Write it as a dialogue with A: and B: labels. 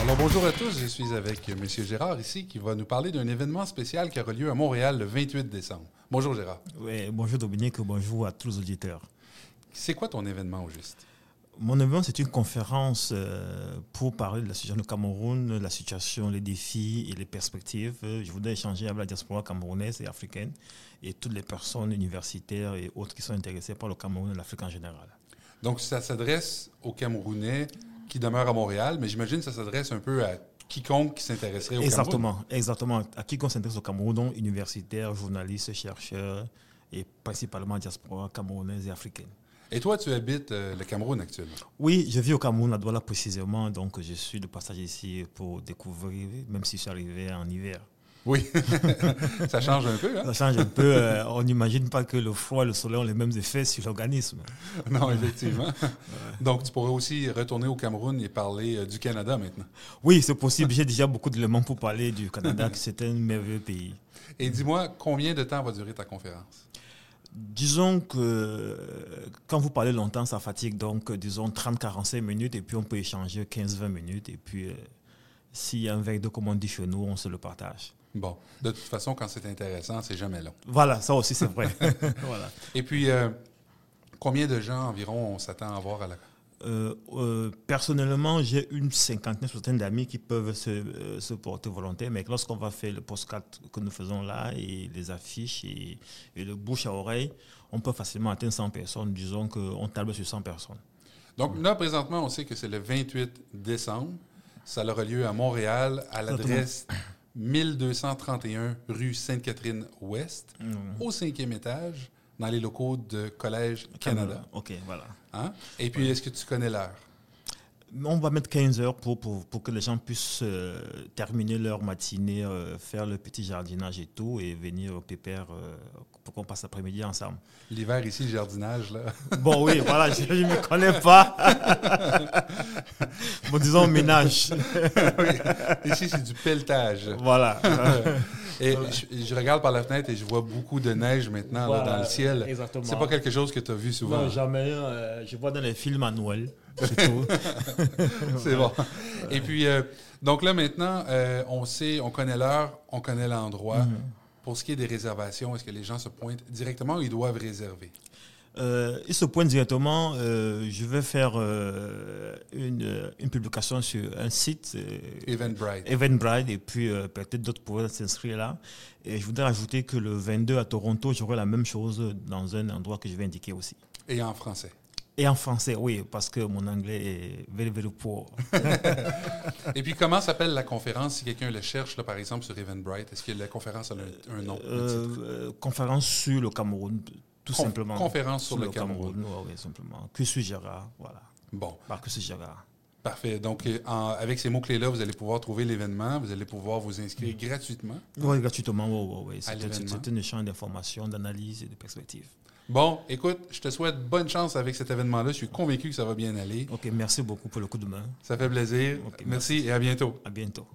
A: Alors bonjour à tous, je suis avec M. Gérard ici qui va nous parler d'un événement spécial qui aura lieu à Montréal le 28 décembre. Bonjour Gérard.
B: Oui, bonjour Dominique, bonjour à tous les auditeurs.
A: C'est quoi ton événement au juste?
B: Mon événement, c'est une conférence euh, pour parler de la situation du Cameroun, la situation, les défis et les perspectives. Je voudrais échanger avec la diaspora camerounaise et africaine et toutes les personnes universitaires et autres qui sont intéressées par le Cameroun et l'Afrique en général.
A: Donc ça s'adresse aux Camerounais qui demeurent à Montréal, mais j'imagine que ça s'adresse un peu à quiconque qui s'intéresserait au
B: exactement,
A: Cameroun.
B: Exactement, à quiconque s'intéresse au Cameroun, donc universitaires, journalistes, chercheurs et principalement diaspora camerounaise et africaine.
A: Et toi, tu habites euh, le Cameroun actuellement?
B: Oui, je vis au Cameroun, à Douala précisément, donc je suis de passage ici pour découvrir, même si je suis arrivé en hiver.
A: Oui, ça change un peu. Hein?
B: Ça change un peu. Euh, on n'imagine pas que le froid et le soleil ont les mêmes effets sur l'organisme.
A: Non, effectivement. Donc, tu pourrais aussi retourner au Cameroun et parler euh, du Canada maintenant.
B: Oui, c'est possible. J'ai déjà beaucoup d'éléments pour parler du Canada, que c'est un merveilleux pays.
A: Et dis-moi, combien de temps va durer ta conférence?
B: Disons que quand vous parlez longtemps, ça fatigue. Donc, euh, disons 30-45 minutes et puis on peut échanger 15-20 minutes. Et puis, euh, s'il y a un verre de commande chez nous, on se le partage.
A: Bon, de toute façon, quand c'est intéressant, c'est jamais long.
B: Voilà, ça aussi, c'est vrai. voilà.
A: Et puis, euh, combien de gens environ on s'attend à voir à la...
B: Euh, euh, personnellement, j'ai une cinquantaine, soixantaine d'amis qui peuvent se, se, porter volontaires, mais lorsqu'on va faire le postcard que nous faisons là, et les affiches, et, et le bouche à oreille, on peut facilement atteindre 100 personnes. Disons qu'on table sur 100 personnes.
A: Donc là, présentement, on sait que c'est le 28 décembre. Ça aura lieu à Montréal, à l'adresse... 1231 rue Sainte-Catherine-Ouest, mmh. au cinquième étage, dans les locaux de Collège Canada. Canada.
B: OK, voilà.
A: Hein? Et puis, ouais. est-ce que tu connais l'heure?
B: On va mettre 15 heures pour, pour, pour que les gens puissent euh, terminer leur matinée, euh, faire le petit jardinage et tout, et venir au pépère euh, pour qu'on passe l'après-midi ensemble.
A: L'hiver ici, le jardinage, là.
B: Bon, oui, voilà, je ne me connais pas. bon, disons ménage.
A: oui. Ici, c'est du pelletage.
B: Voilà.
A: et voilà. Je, je, regarde par la fenêtre et je vois beaucoup de neige maintenant voilà, là, dans le ciel.
B: Exactement.
A: C'est pas quelque chose que tu as vu souvent.
B: Non, jamais. euh, je vois dans les films à Noël.
A: c'est bon. Et puis, euh, donc là maintenant, euh, on sait, on connaît l'heure, on connaît l'endroit. Mm -hmm. Pour ce qui est des réservations, est-ce que les gens se pointent directement ou ils doivent réserver?
B: Euh, ils se pointent directement. euh, je vais faire euh, une, une, publication sur un site. euh,
A: Eventbrite.
B: Eventbrite. Et puis euh, peut-être d'autres pourraient s'inscrire là. Et je voudrais ajouter que le 22 à Toronto, j'aurai la même chose dans un endroit que je vais indiquer aussi.
A: Et en français.
B: Et en français, oui, parce que mon anglais est very, very poor.
A: Et puis, comment s'appelle la conférence si quelqu'un la cherche, là, par exemple, sur Eventbrite? Est-ce que la conférence a un, un nom?
B: Euh, euh, conférence sur le Cameroun, tout Conf simplement.
A: Conférence sur, sur le, le, Cameroun. Cameroun
B: oui, oui, simplement. Que suis Gérard, voilà.
A: Bon.
B: Par que suis Gérard.
A: Parfait. Donc, euh, en, avec ces mots-clés-là, vous allez pouvoir trouver l'événement, vous allez pouvoir vous inscrire mmh. gratuitement.
B: Oui, gratuitement, oui, oui. oui. C'est un échange d'informations, d'analyses et de perspectives.
A: Bon, écoute, je te souhaite bonne chance avec cet événement-là. Je suis convaincu que ça va bien aller.
B: OK, merci beaucoup pour le coup de main.
A: Ça fait plaisir. Okay, merci, merci et à bientôt.
B: À bientôt.